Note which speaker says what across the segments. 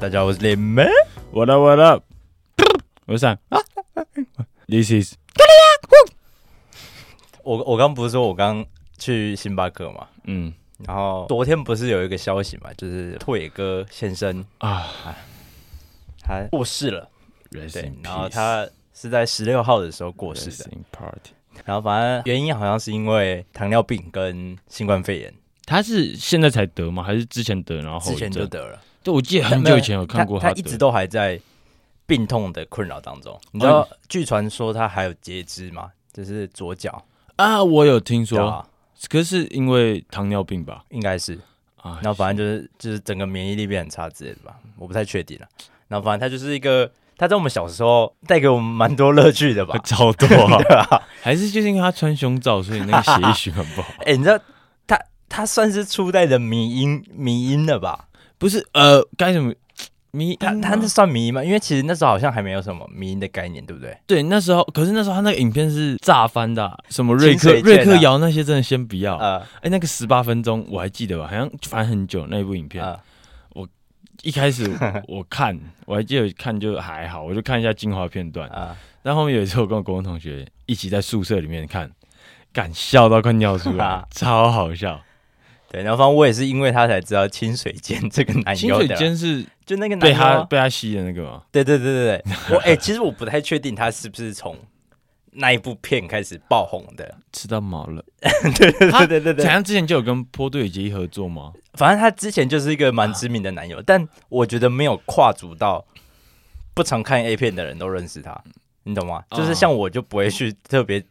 Speaker 1: 大家好，我是雷梅。
Speaker 2: What up? What up? 我想啊，This is
Speaker 1: 我我刚不是说我刚去星巴克嘛，
Speaker 2: 嗯
Speaker 1: 然后昨天不是有一个消息嘛，就是拓野哥先生
Speaker 2: 啊
Speaker 1: 他过世了，
Speaker 2: ，Rest
Speaker 1: 对
Speaker 2: in，
Speaker 1: 然后
Speaker 2: peace，
Speaker 1: 他是在十六号的时候过世
Speaker 2: Rest
Speaker 1: 的，
Speaker 2: in party。
Speaker 1: 然后反正原因好像是因为糖尿病跟新冠肺炎，
Speaker 2: 他是现在才得吗？还是之前得，然后后
Speaker 1: 之
Speaker 2: 遗
Speaker 1: 前就
Speaker 2: 症？
Speaker 1: 得了，
Speaker 2: 对，我记得哦很
Speaker 1: 没有
Speaker 2: 久以前有看过
Speaker 1: 他，
Speaker 2: 得，
Speaker 1: 一直都还在病痛的困扰当中。你知
Speaker 2: 哦
Speaker 1: 道，据传说他还有截肢嘛，就是左脚，
Speaker 2: 啊，我有听
Speaker 1: 对
Speaker 2: 说，
Speaker 1: 啊
Speaker 2: 可是因为糖尿病吧？
Speaker 1: 应该是。
Speaker 2: 啊，，
Speaker 1: 然后反正就是就是整个免疫力变很差之类的吧，我不太确定了。然后反正他就是一个，他在我们小时候带给我们蛮多乐趣的吧
Speaker 2: 超多啊，
Speaker 1: 对吧？
Speaker 2: 还是就是因为他穿胸罩，所以那个血液循环 不好。
Speaker 1: 哎、你知道他他算是初代的迷音迷音了吧？
Speaker 2: 不是，呃，该怎么？嗯迷
Speaker 1: 他
Speaker 2: 因
Speaker 1: 他
Speaker 2: 吗
Speaker 1: 那算迷音吗？因为其实那时候好像还没有什么迷音的概念，对不对？
Speaker 2: 对那时候，可是那时候他那个影片是炸翻的啊、什么瑞克、
Speaker 1: 清水剑啊
Speaker 2: 瑞克摇那些真的先不要。哎、
Speaker 1: 呃
Speaker 2: 那个十八分钟我还记得吧，好像反正很久那一部影片。
Speaker 1: 呃，
Speaker 2: 一开 始我看，我还记得看就还好，我就看一下精华片段。
Speaker 1: 呃
Speaker 2: 但后面有一次我跟我国文同学一起在宿舍里面看，敢笑到快尿出来
Speaker 1: 啊，
Speaker 2: 超好笑。
Speaker 1: 对。然后反正我也是因为他才知道清水剑这个男
Speaker 2: 清
Speaker 1: 优
Speaker 2: 水
Speaker 1: 的啦，
Speaker 2: 间是
Speaker 1: 就那个男
Speaker 2: 被
Speaker 1: 优
Speaker 2: 他
Speaker 1: 啊，
Speaker 2: 被他吸的那个吗？
Speaker 1: 对对对对对。我哎、其实我不太确定他是不是从那一部片开始爆红的。
Speaker 2: 吃到毛了。
Speaker 1: 对对对对
Speaker 2: 好，像之前就有跟坡队杰一合作吗？
Speaker 1: 反正他之前就是一个
Speaker 2: 啊
Speaker 1: 蛮知名的男友，但我觉得没有跨足到不常看 A 片的人都认识他，你懂吗？
Speaker 2: 啊
Speaker 1: 就是像我就不会去特别，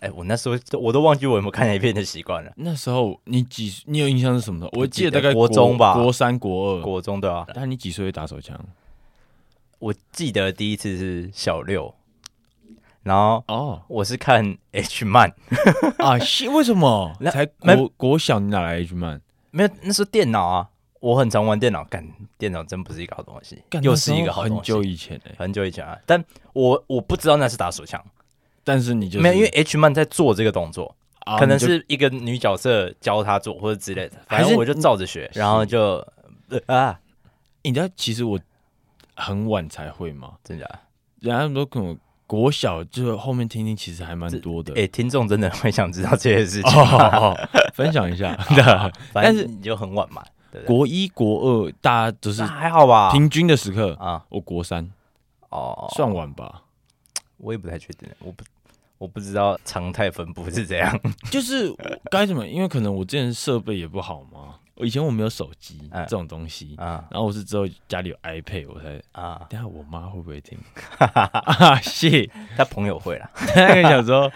Speaker 1: 哎、我那时候我都忘记我有没有看 A 片的习惯了。
Speaker 2: 那时候你几？你有印象是什么时候？我记得
Speaker 1: 记得
Speaker 2: 大概
Speaker 1: 国中吧
Speaker 2: 国三、国二。
Speaker 1: 国中对吧、
Speaker 2: 但你几岁会打手枪？
Speaker 1: 我记得第一次是小六，然后
Speaker 2: 哦
Speaker 1: 我是看 H 漫，
Speaker 2: 啊，是为什么？
Speaker 1: 那
Speaker 2: 才
Speaker 1: 没
Speaker 2: 国国小，你哪来 H man？
Speaker 1: 没有那时候电脑啊，我很常玩电脑，干电脑真不是一个好东西，
Speaker 2: 干
Speaker 1: 又
Speaker 2: 那
Speaker 1: 是
Speaker 2: 时
Speaker 1: 一
Speaker 2: 候
Speaker 1: 个好
Speaker 2: 很
Speaker 1: 东西。
Speaker 2: 久以前哎、
Speaker 1: 很久以前啊，但我我不知道那是打手枪，
Speaker 2: 但是你就是
Speaker 1: 没有，因为 H 漫在做这个动作，
Speaker 2: 啊
Speaker 1: 可能
Speaker 2: 你就是
Speaker 1: 一个女角色教他做或者之类的，反
Speaker 2: 还
Speaker 1: 正
Speaker 2: 是
Speaker 1: 我就照着学，然后就呃啊，
Speaker 2: 你知道，其实我很晚才会嘛。
Speaker 1: 真假的？
Speaker 2: 人家都可能国小就后面听听，其实还蛮多的。
Speaker 1: 哎、听众真的会想知道这些事
Speaker 2: 哦
Speaker 1: 情，
Speaker 2: 哦，哦 分享一下。
Speaker 1: 反
Speaker 2: 但是
Speaker 1: 正你就很晚嘛，对不对？
Speaker 2: 国一、国二大家都是
Speaker 1: 那还好吧？
Speaker 2: 平均的时刻，
Speaker 1: 啊，
Speaker 2: 我国三
Speaker 1: 哦，
Speaker 2: 算晚吧。
Speaker 1: 我也不太确定，我不我不知道常态分布是怎 样。
Speaker 2: 就是我该怎么？因为可能我之前设备也不好嘛，我以前我没有手机
Speaker 1: 嗯
Speaker 2: 这种东西，
Speaker 1: 啊
Speaker 2: 然后我是之后家里有 iPad，我才。
Speaker 1: 啊，
Speaker 2: 等一下我妈会不会听？ 啊，谢。
Speaker 1: 他朋友 会啦，
Speaker 2: 那个想说，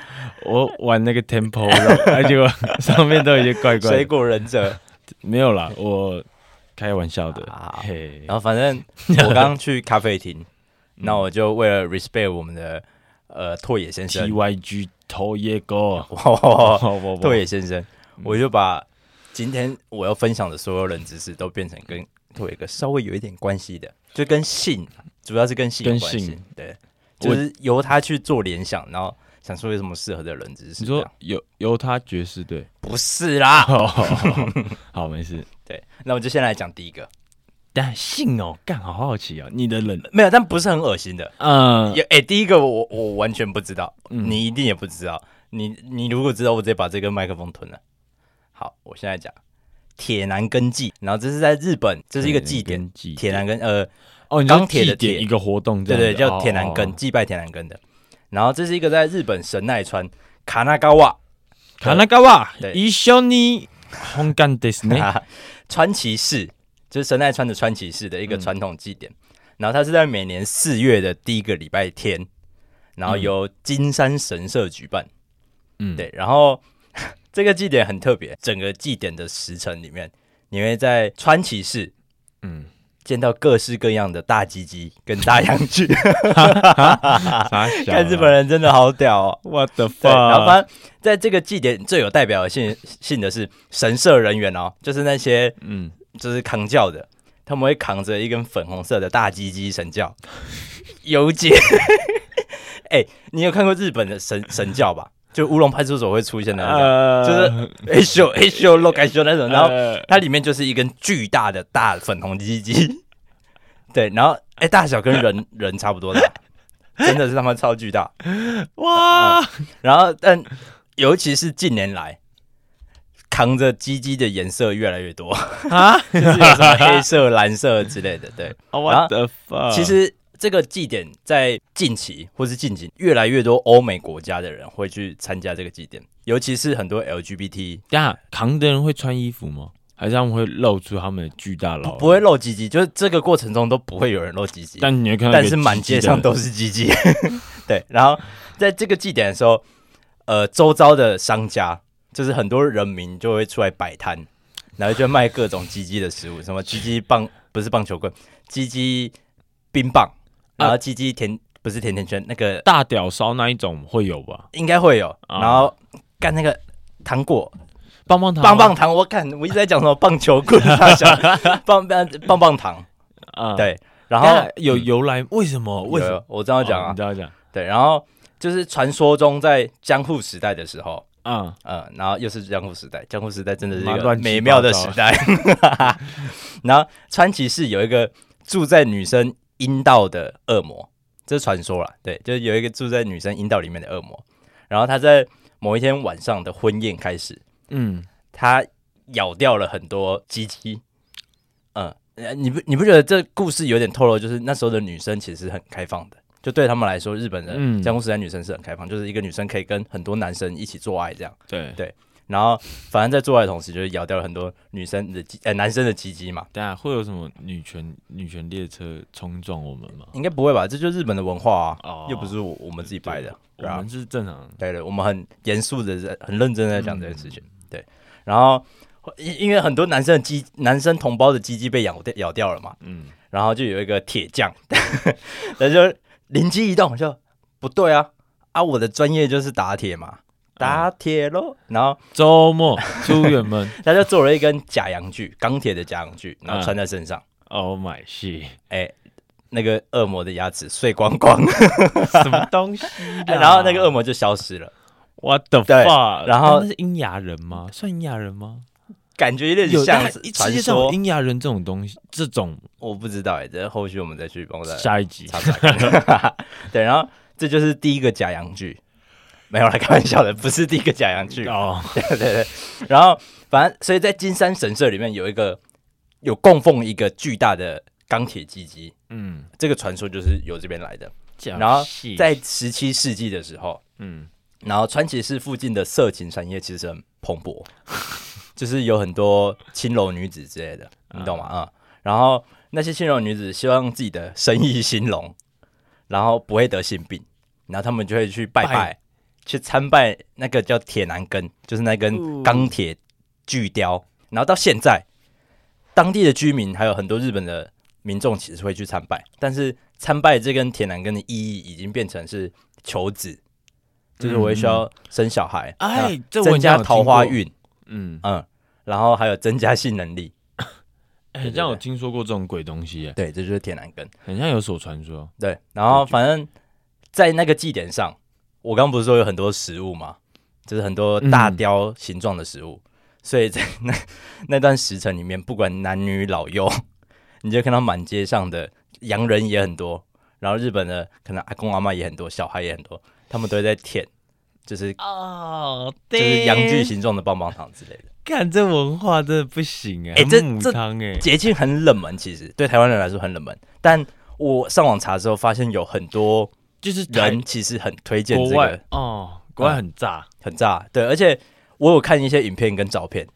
Speaker 2: 我玩那个 Temple，而 且我啊上面都有一些怪怪
Speaker 1: 水
Speaker 2: 的。
Speaker 1: 果忍者。
Speaker 2: 没有啦，我开玩笑的。
Speaker 1: 啊
Speaker 2: 嘿
Speaker 1: 然，后反正我刚刚去咖啡 厅，那我就为了 respect 我们的呃拓野先生
Speaker 2: T，Y G 头耶哥，
Speaker 1: 哦哇
Speaker 2: 我
Speaker 1: 拓野先生，
Speaker 2: 嗯
Speaker 1: 我就把今天我要分享的所有冷知识都变成跟拓野哥稍微有一点关系的，就跟性，主要是跟性有
Speaker 2: 跟
Speaker 1: 关系
Speaker 2: 性
Speaker 1: 对，就
Speaker 2: 我
Speaker 1: 是由他去做联想，然后想出有什么适合的冷知识。
Speaker 2: 你
Speaker 1: 这
Speaker 2: 说
Speaker 1: 样
Speaker 2: 犹犹他爵士队？
Speaker 1: 不是啦？
Speaker 2: 哦，好，没事。
Speaker 1: 对，那我就先来讲第一个，
Speaker 2: 但信哦，干，好好奇哦，你的冷，
Speaker 1: 没有，但不是很恶心的。
Speaker 2: 嗯
Speaker 1: 也哎、第一个我我完全不知道，
Speaker 2: 嗯
Speaker 1: 你一定也不知道。你你如果知道，我直接把这个麦克风吞了。好，我现在讲铁男根祭，然后这是在日本，这是一个祭典，
Speaker 2: 跟祭
Speaker 1: 铁男根呃
Speaker 2: 哦，你说
Speaker 1: 钢铁的
Speaker 2: 祭典
Speaker 1: 铁
Speaker 2: 一个活动这
Speaker 1: 对
Speaker 2: 样子，哦
Speaker 1: 对，叫铁男
Speaker 2: 男
Speaker 1: 根，祭拜铁男根的。然后这是一个在日本神奈川卡纳高瓦
Speaker 2: 卡纳嘎瓦
Speaker 1: 对，啊
Speaker 2: 一緒に本干で すね。
Speaker 1: 川崎市，就是神奈川的川崎市的一个
Speaker 2: 嗯
Speaker 1: 传统祭典。然后它是在每年四月的第一个礼拜天，然后由金山神社举办。
Speaker 2: 嗯，
Speaker 1: 对，然后 这个祭典很特别，整个祭典的时辰里面，你会在川崎市
Speaker 2: 嗯，
Speaker 1: 见到各式各样的大鸡鸡跟大洋鸡。
Speaker 2: 傻小啦，
Speaker 1: 看日本人真的好屌哦！
Speaker 2: ，What the
Speaker 1: 对，然后
Speaker 2: fuck？
Speaker 1: 反正在这个祭典最有代表性性的是神社人员哦，就是那些
Speaker 2: 嗯，
Speaker 1: 就是扛轿的，他们会扛着一根粉红色的大鸡鸡神 轿游街。 哎、你有看过日本的神神教吧？就乌龙派出所会出现的那种，
Speaker 2: 呃
Speaker 1: 就是哎咻哎咻 look 哎咻那种，然后
Speaker 2: 呃
Speaker 1: 它里面就是一根巨大的大粉红鸡鸡，对，然后哎、大小跟人人差不多大，真的是他妈超巨大。
Speaker 2: 哇，
Speaker 1: 然后但尤其是近年来，扛着鸡鸡的颜色越来越多，
Speaker 2: 啊
Speaker 1: 就是有什么黑色、蓝色之类的。对，
Speaker 2: ，What the fuck？
Speaker 1: 其实这个祭典在近期或是近几越来越多欧美国家的人会去参加这个祭典，尤其是很多 LGBT
Speaker 2: 等一下扛的人会穿衣服吗？还是他们会露出他们的巨大
Speaker 1: 不
Speaker 2: 老？
Speaker 1: 不会，露鸡鸡，就是这个过程中都不会有人露鸡鸡，
Speaker 2: 但你会看到
Speaker 1: 但
Speaker 2: 一个
Speaker 1: 是满街上都是鸡 鸡。对，然后在这个祭典的时候，呃，周遭的商家就是很多人民就会出来摆摊，然后就卖各种鸡鸡的食物，什么鸡鸡棒不是棒球棍，鸡鸡冰棒，然后鸡鸡甜不是甜甜圈，那个
Speaker 2: 大屌烧那一种会有吧？
Speaker 1: 应该会有，
Speaker 2: 啊
Speaker 1: 然后干那个。糖果
Speaker 2: 棒棒糖吗，
Speaker 1: 棒棒糖，我看我一直在讲什么棒球棍，大小棒棒棒棒糖，
Speaker 2: 啊，
Speaker 1: 对，然
Speaker 2: 等
Speaker 1: 后
Speaker 2: 一下有由来，为什么？为什
Speaker 1: 有
Speaker 2: 么哦
Speaker 1: 有？我这样讲啊
Speaker 2: 你，这样讲
Speaker 1: 对，然后就是传说中在江户时代的时候，
Speaker 2: 啊，
Speaker 1: 呃，然后又是江户时代，江户时代真的是一
Speaker 2: 妈
Speaker 1: 个
Speaker 2: 乱七
Speaker 1: 美
Speaker 2: 八
Speaker 1: 妙的
Speaker 2: 糟
Speaker 1: 时代。 然后川崎市有一个住在女生阴道的恶魔，这是传说啦，对，就是有一个住在女生阴道里面的恶魔。然后他在某一天晚上的婚宴开始，
Speaker 2: 嗯，
Speaker 1: 他咬掉了很多鸡鸡。嗯，呃你不你不觉得这故事有点透露，就是那时候的女生其实很开放的，就对他们来说，日本人
Speaker 2: 嗯
Speaker 1: 江户时代女生是很开放，就是一个女生可以跟很多男生一起做爱这样。
Speaker 2: 对
Speaker 1: 对然后，反正在做爱的同时，就是咬掉了很多女生的鸡，呃，男生的鸡鸡嘛。
Speaker 2: 等一下会有什么女权女权列车冲撞我们吗？
Speaker 1: 应该不会吧？这就是日本的文化啊，
Speaker 2: 哦
Speaker 1: 又不是我我们自己掰的。
Speaker 2: 我
Speaker 1: 对啊
Speaker 2: 们是正常，
Speaker 1: 对对，我们很严肃的在很认真的在讲这件事情。
Speaker 2: 嗯
Speaker 1: 对，然后因因为很多男生的鸡，男生同胞的鸡鸡被咬掉咬掉了嘛，
Speaker 2: 嗯，
Speaker 1: 然后就有一个铁匠， 他就灵机一动，就不对啊啊！我的专业就是打铁
Speaker 2: 嗯
Speaker 1: 嘛，打铁喽。然后
Speaker 2: 周末出远门
Speaker 1: 他就做了一根假阳具，钢铁的假阳具，然后穿在身上，
Speaker 2: ，Oh my shit，
Speaker 1: 哎、那个恶魔的牙齿碎光 光，？
Speaker 2: 什么东西
Speaker 1: 然后那个恶，魔就消失了，
Speaker 2: What the
Speaker 1: 对
Speaker 2: fuck？
Speaker 1: 然后
Speaker 2: 那是阴牙人吗？算阴牙人吗？
Speaker 1: 感觉有点
Speaker 2: 有
Speaker 1: 像
Speaker 2: 但
Speaker 1: 是
Speaker 2: 世
Speaker 1: 传
Speaker 2: 界上有
Speaker 1: 说，
Speaker 2: 阴牙人这种东西，这种
Speaker 1: 我不知道哎、这后续我们再去帮我再
Speaker 2: 下一集
Speaker 1: 查查看。 对，然后这就是第一个假阳具，没有啦，开玩笑的，不是第一个假阳具。
Speaker 2: 哦，
Speaker 1: 对对对，然后反正所以在金山神社里面有一个有供奉一个巨大的钢铁鸡鸡，
Speaker 2: 嗯，
Speaker 1: 这个传说就是由这边来的。
Speaker 2: 假
Speaker 1: 然后
Speaker 2: 戏
Speaker 1: 在十七世纪的时候，
Speaker 2: 嗯
Speaker 1: 然后川崎市附近的色情产业其实很蓬勃，就是有很多青楼女子之类的，你懂吗？啊、然后那些青楼女子希望自己的生意兴隆，然后不会得性病，然后他们就会去拜拜，
Speaker 2: 拜
Speaker 1: 去参拜那个叫铁男根，就是那根
Speaker 2: 哦
Speaker 1: 钢铁巨雕。然后到现在，当地的居民还有很多日本的民众其实会去参拜，但是参拜这根铁男根的意义已经变成是求子，就是我会需要生小孩，
Speaker 2: 哎
Speaker 1: 那
Speaker 2: 这
Speaker 1: 增
Speaker 2: 我好像
Speaker 1: 加
Speaker 2: 有听
Speaker 1: 桃花
Speaker 2: 过
Speaker 1: 运，
Speaker 2: 嗯，
Speaker 1: 嗯，然后还有增加性能力，
Speaker 2: 哎
Speaker 1: 对对
Speaker 2: 很像有听说过这种鬼东西耶，
Speaker 1: 对，这就是铁男根。
Speaker 2: 很像有所传说，
Speaker 1: 对，然后
Speaker 2: 对就
Speaker 1: 反正在那个祭典上，我刚不是说有很多食物嘛，就是很多大
Speaker 2: 嗯
Speaker 1: 雕形状的食物，所以在那 那段时辰里面，不管男女老幼， 你就看到满街上的洋人也很多，然后日本的可能阿公阿妈也很多，小孩也很多，他们都会在舔，就是
Speaker 2: 哦，
Speaker 1: 就是洋具形状的棒棒糖之类的。
Speaker 2: 看这文化真的不行哎、
Speaker 1: 哎
Speaker 2: 欸，
Speaker 1: 这
Speaker 2: 母
Speaker 1: 这
Speaker 2: 汤哎、
Speaker 1: 节庆很冷门，其实对台湾人来说很冷门，但我上网查之后发现有很多
Speaker 2: 就是台
Speaker 1: 人其实很推荐
Speaker 2: 国
Speaker 1: 这
Speaker 2: 外
Speaker 1: 个。
Speaker 2: 哦，国外很炸，
Speaker 1: 很炸，对，而且我有看一些影片跟照片，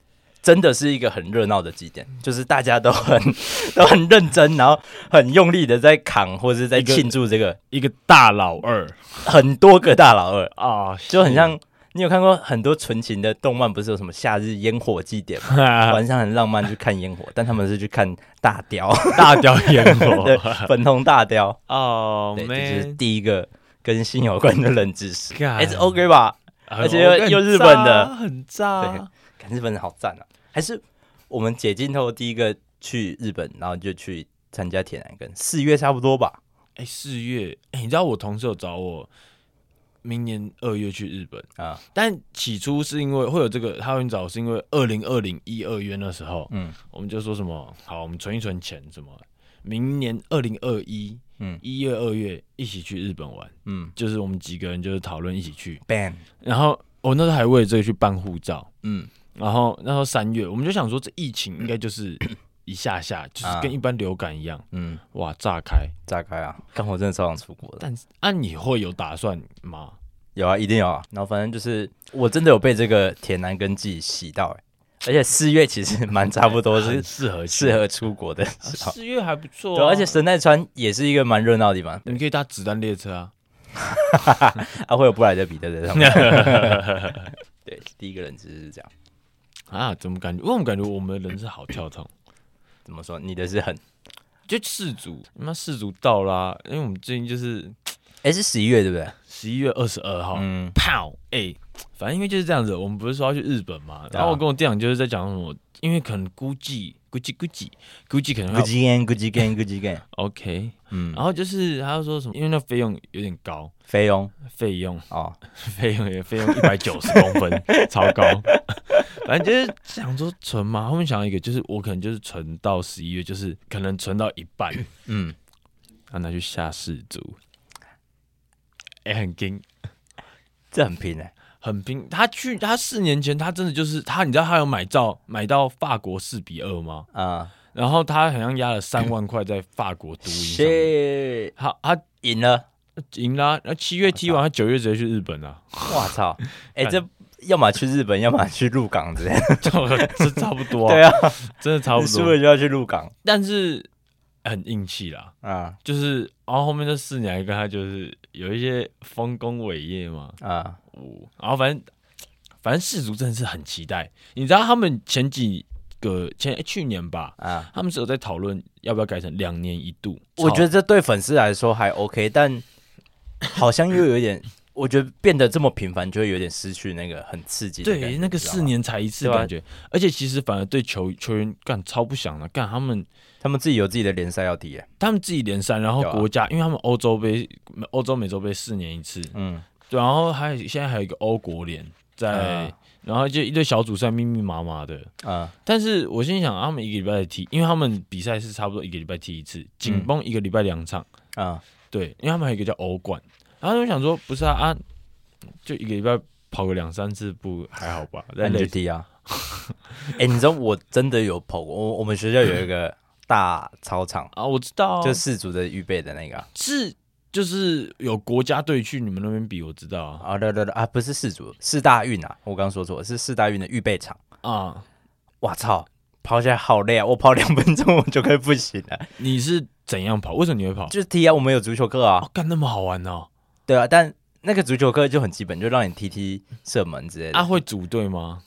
Speaker 1: 真的是一个很热闹的祭典，就是大家都很 都很认真，然后很用力的在扛或者是在
Speaker 2: 一个
Speaker 1: 庆祝这个
Speaker 2: 一个大老二
Speaker 1: 很多个大老二，
Speaker 2: 啊、哦，
Speaker 1: 就很
Speaker 2: 是
Speaker 1: 像你有看过很多纯情的动漫，不是有什么夏日烟火祭典吗？
Speaker 2: 啊
Speaker 1: 晚上很浪漫去看烟火，但他们是去看大 雕，
Speaker 2: 大雕烟
Speaker 1: 对
Speaker 2: 火，
Speaker 1: 粉红大雕，
Speaker 2: 哦
Speaker 1: 对，这就是
Speaker 2: ，man，
Speaker 1: 第一个跟性有关的冷知识
Speaker 2: 干
Speaker 1: ，S OK 吧？而且又
Speaker 2: 哦很
Speaker 1: 又日本的
Speaker 2: 炸很炸，
Speaker 1: 看日本人好赞啊！还是我们解禁后第一个去日本，然后就去参加铁男根，四月差不多吧？
Speaker 2: 哎，四月，哎，你知道我同事有找我。明年二月去日本，
Speaker 1: 啊，
Speaker 2: 但起初是因为会有这个，他会找我是因为二零二零一二月那时候，
Speaker 1: 嗯，
Speaker 2: 我们就说什么好，我们存一存钱什么，明年二零二一，
Speaker 1: 嗯
Speaker 2: 嗯，一月、二月一起去日本玩，
Speaker 1: 嗯
Speaker 2: 就是我们几个人就是讨论一起去。
Speaker 1: ，ban，
Speaker 2: 然后我那时候还为了这个去办护照，
Speaker 1: 嗯
Speaker 2: 然后那时候三月，我们就想说这疫情应该就是 一下下，
Speaker 1: 啊
Speaker 2: 就是跟一般流感一样，
Speaker 1: 嗯，
Speaker 2: 哇，炸开。
Speaker 1: 炸开啊！刚我真的超想出国的，
Speaker 2: 但是啊，你会有打算吗？
Speaker 1: 有啊，一定有啊。然后反正就是我真的有被这个铁男根记洗到、欸，而且四月其实蛮差不多
Speaker 2: 很
Speaker 1: 是
Speaker 2: 适合去
Speaker 1: 适合出国的
Speaker 2: 啊
Speaker 1: 时候，
Speaker 2: 四月还不错、
Speaker 1: 对，
Speaker 2: 啊，
Speaker 1: 而且神奈川也是一个蛮热闹的地方，
Speaker 2: 你可以搭子弹列车啊。
Speaker 1: 啊，会有布莱德彼特在上 面。对，第一个认知是这样。
Speaker 2: 啊，怎么感觉？因为我们感觉我们的人是好 跳动，
Speaker 1: 怎么说？你的是很，
Speaker 2: 就四组，那四组到啦，因为我们最近就是
Speaker 1: 哎、是十一月对不对？
Speaker 2: 十一月二十二号，
Speaker 1: 嗯，
Speaker 2: pow，哎、反正因为就是这样子，我们不是说要去日本嘛，然后
Speaker 1: 啊
Speaker 2: 我跟我店长就是在讲什么，因为可能估计估计估计估计可能
Speaker 1: 咕
Speaker 2: 要
Speaker 1: 叽干，咕叽干，咕叽 干。
Speaker 2: OK，
Speaker 1: 嗯，
Speaker 2: 然后就是他就说什么，因为那费用有点高，
Speaker 1: 菲佣
Speaker 2: 费用
Speaker 1: 哦，
Speaker 2: 费用也费用一百九十公 分，超高，反正就是想说存嘛，后面想到一个就是我可能就是存到十一月，就是可能存到一半，然
Speaker 1: 嗯，
Speaker 2: 后拿去下士族，哎、很惊。
Speaker 1: 这很拼哎、
Speaker 2: 很拼。他去他四年前，他真的就是他，你知道他有买到买到法国四比二吗？
Speaker 1: 啊、
Speaker 2: 然后他好像压了三万块在法国都赢上面，
Speaker 1: 是
Speaker 2: 他他
Speaker 1: 赢了，
Speaker 2: 赢啦、然后七月踢完，他九月直接去日本啊了、
Speaker 1: 我操！哎、
Speaker 2: 干
Speaker 1: 这要么去日本，要么去鹿港之类的。
Speaker 2: 这这差不多、
Speaker 1: 对，啊，
Speaker 2: 真的差 不
Speaker 1: 输
Speaker 2: 多
Speaker 1: 了。就要去鹿港
Speaker 2: 但是很硬气啦，
Speaker 1: 啊
Speaker 2: 就是然后后面这四年还跟他就是有一些丰功伟业嘛，
Speaker 1: 啊！
Speaker 2: 五，然后反正反正世足真的是很期待。你知道他们前几个前哎去年吧，
Speaker 1: 啊，
Speaker 2: 他们是有在讨论要不要改成两年一度。
Speaker 1: 我觉
Speaker 2: 得
Speaker 1: 得这对粉丝来说还 OK，但好像又有一点，我觉得变得这么频繁，就会有点失去那个很刺激的感觉。
Speaker 2: 对那个
Speaker 1: 你知道吗
Speaker 2: 四，年才一次
Speaker 1: 对啊
Speaker 2: 感觉，而且其实反而对球球员干超不想的，干他们
Speaker 1: 他们自己有自己的联赛要踢、欸，
Speaker 2: 他们自己联赛，然后
Speaker 1: 对啊
Speaker 2: 国家，因为他们欧洲杯、欧洲美洲杯四年一次，
Speaker 1: 嗯，
Speaker 2: 对，然后还有现在还有一个欧国联在，
Speaker 1: 嗯
Speaker 2: 然后就一堆小组赛密密麻麻的。
Speaker 1: 啊、
Speaker 2: 但是我心想，他们一个礼拜踢，因为他们比赛是差不多一个礼拜踢一次，紧绷一个礼拜两场。
Speaker 1: 啊、
Speaker 2: 对，因为他们还有一个叫欧冠，然后我想说，不是啊啊，就一个礼拜跑个两三次步还好吧？
Speaker 1: 那
Speaker 2: 但
Speaker 1: 你就
Speaker 2: 累
Speaker 1: 踢啊。 哎、你知道我真的有跑过，我我们学校有一个大操场，
Speaker 2: 啊，我知道啊，
Speaker 1: 就
Speaker 2: 就是
Speaker 1: 四足的预备的那个啊，
Speaker 2: 是就是有国家队去你们那边比，我知道啊
Speaker 1: 啊对对对啊，不是四足，四大运啊，我刚说错，是四大运的预备场。
Speaker 2: 啊，
Speaker 1: 我操，跑起来好累啊！我跑两分钟我就快不行了。
Speaker 2: 你是怎样跑？为什么你会跑？
Speaker 1: 就是踢啊，我们有足球课啊
Speaker 2: 哦，，干那么好玩哦！
Speaker 1: 对啊，但那个足球课就很基本，就让你踢踢射门之类的。
Speaker 2: 啊，会组队吗？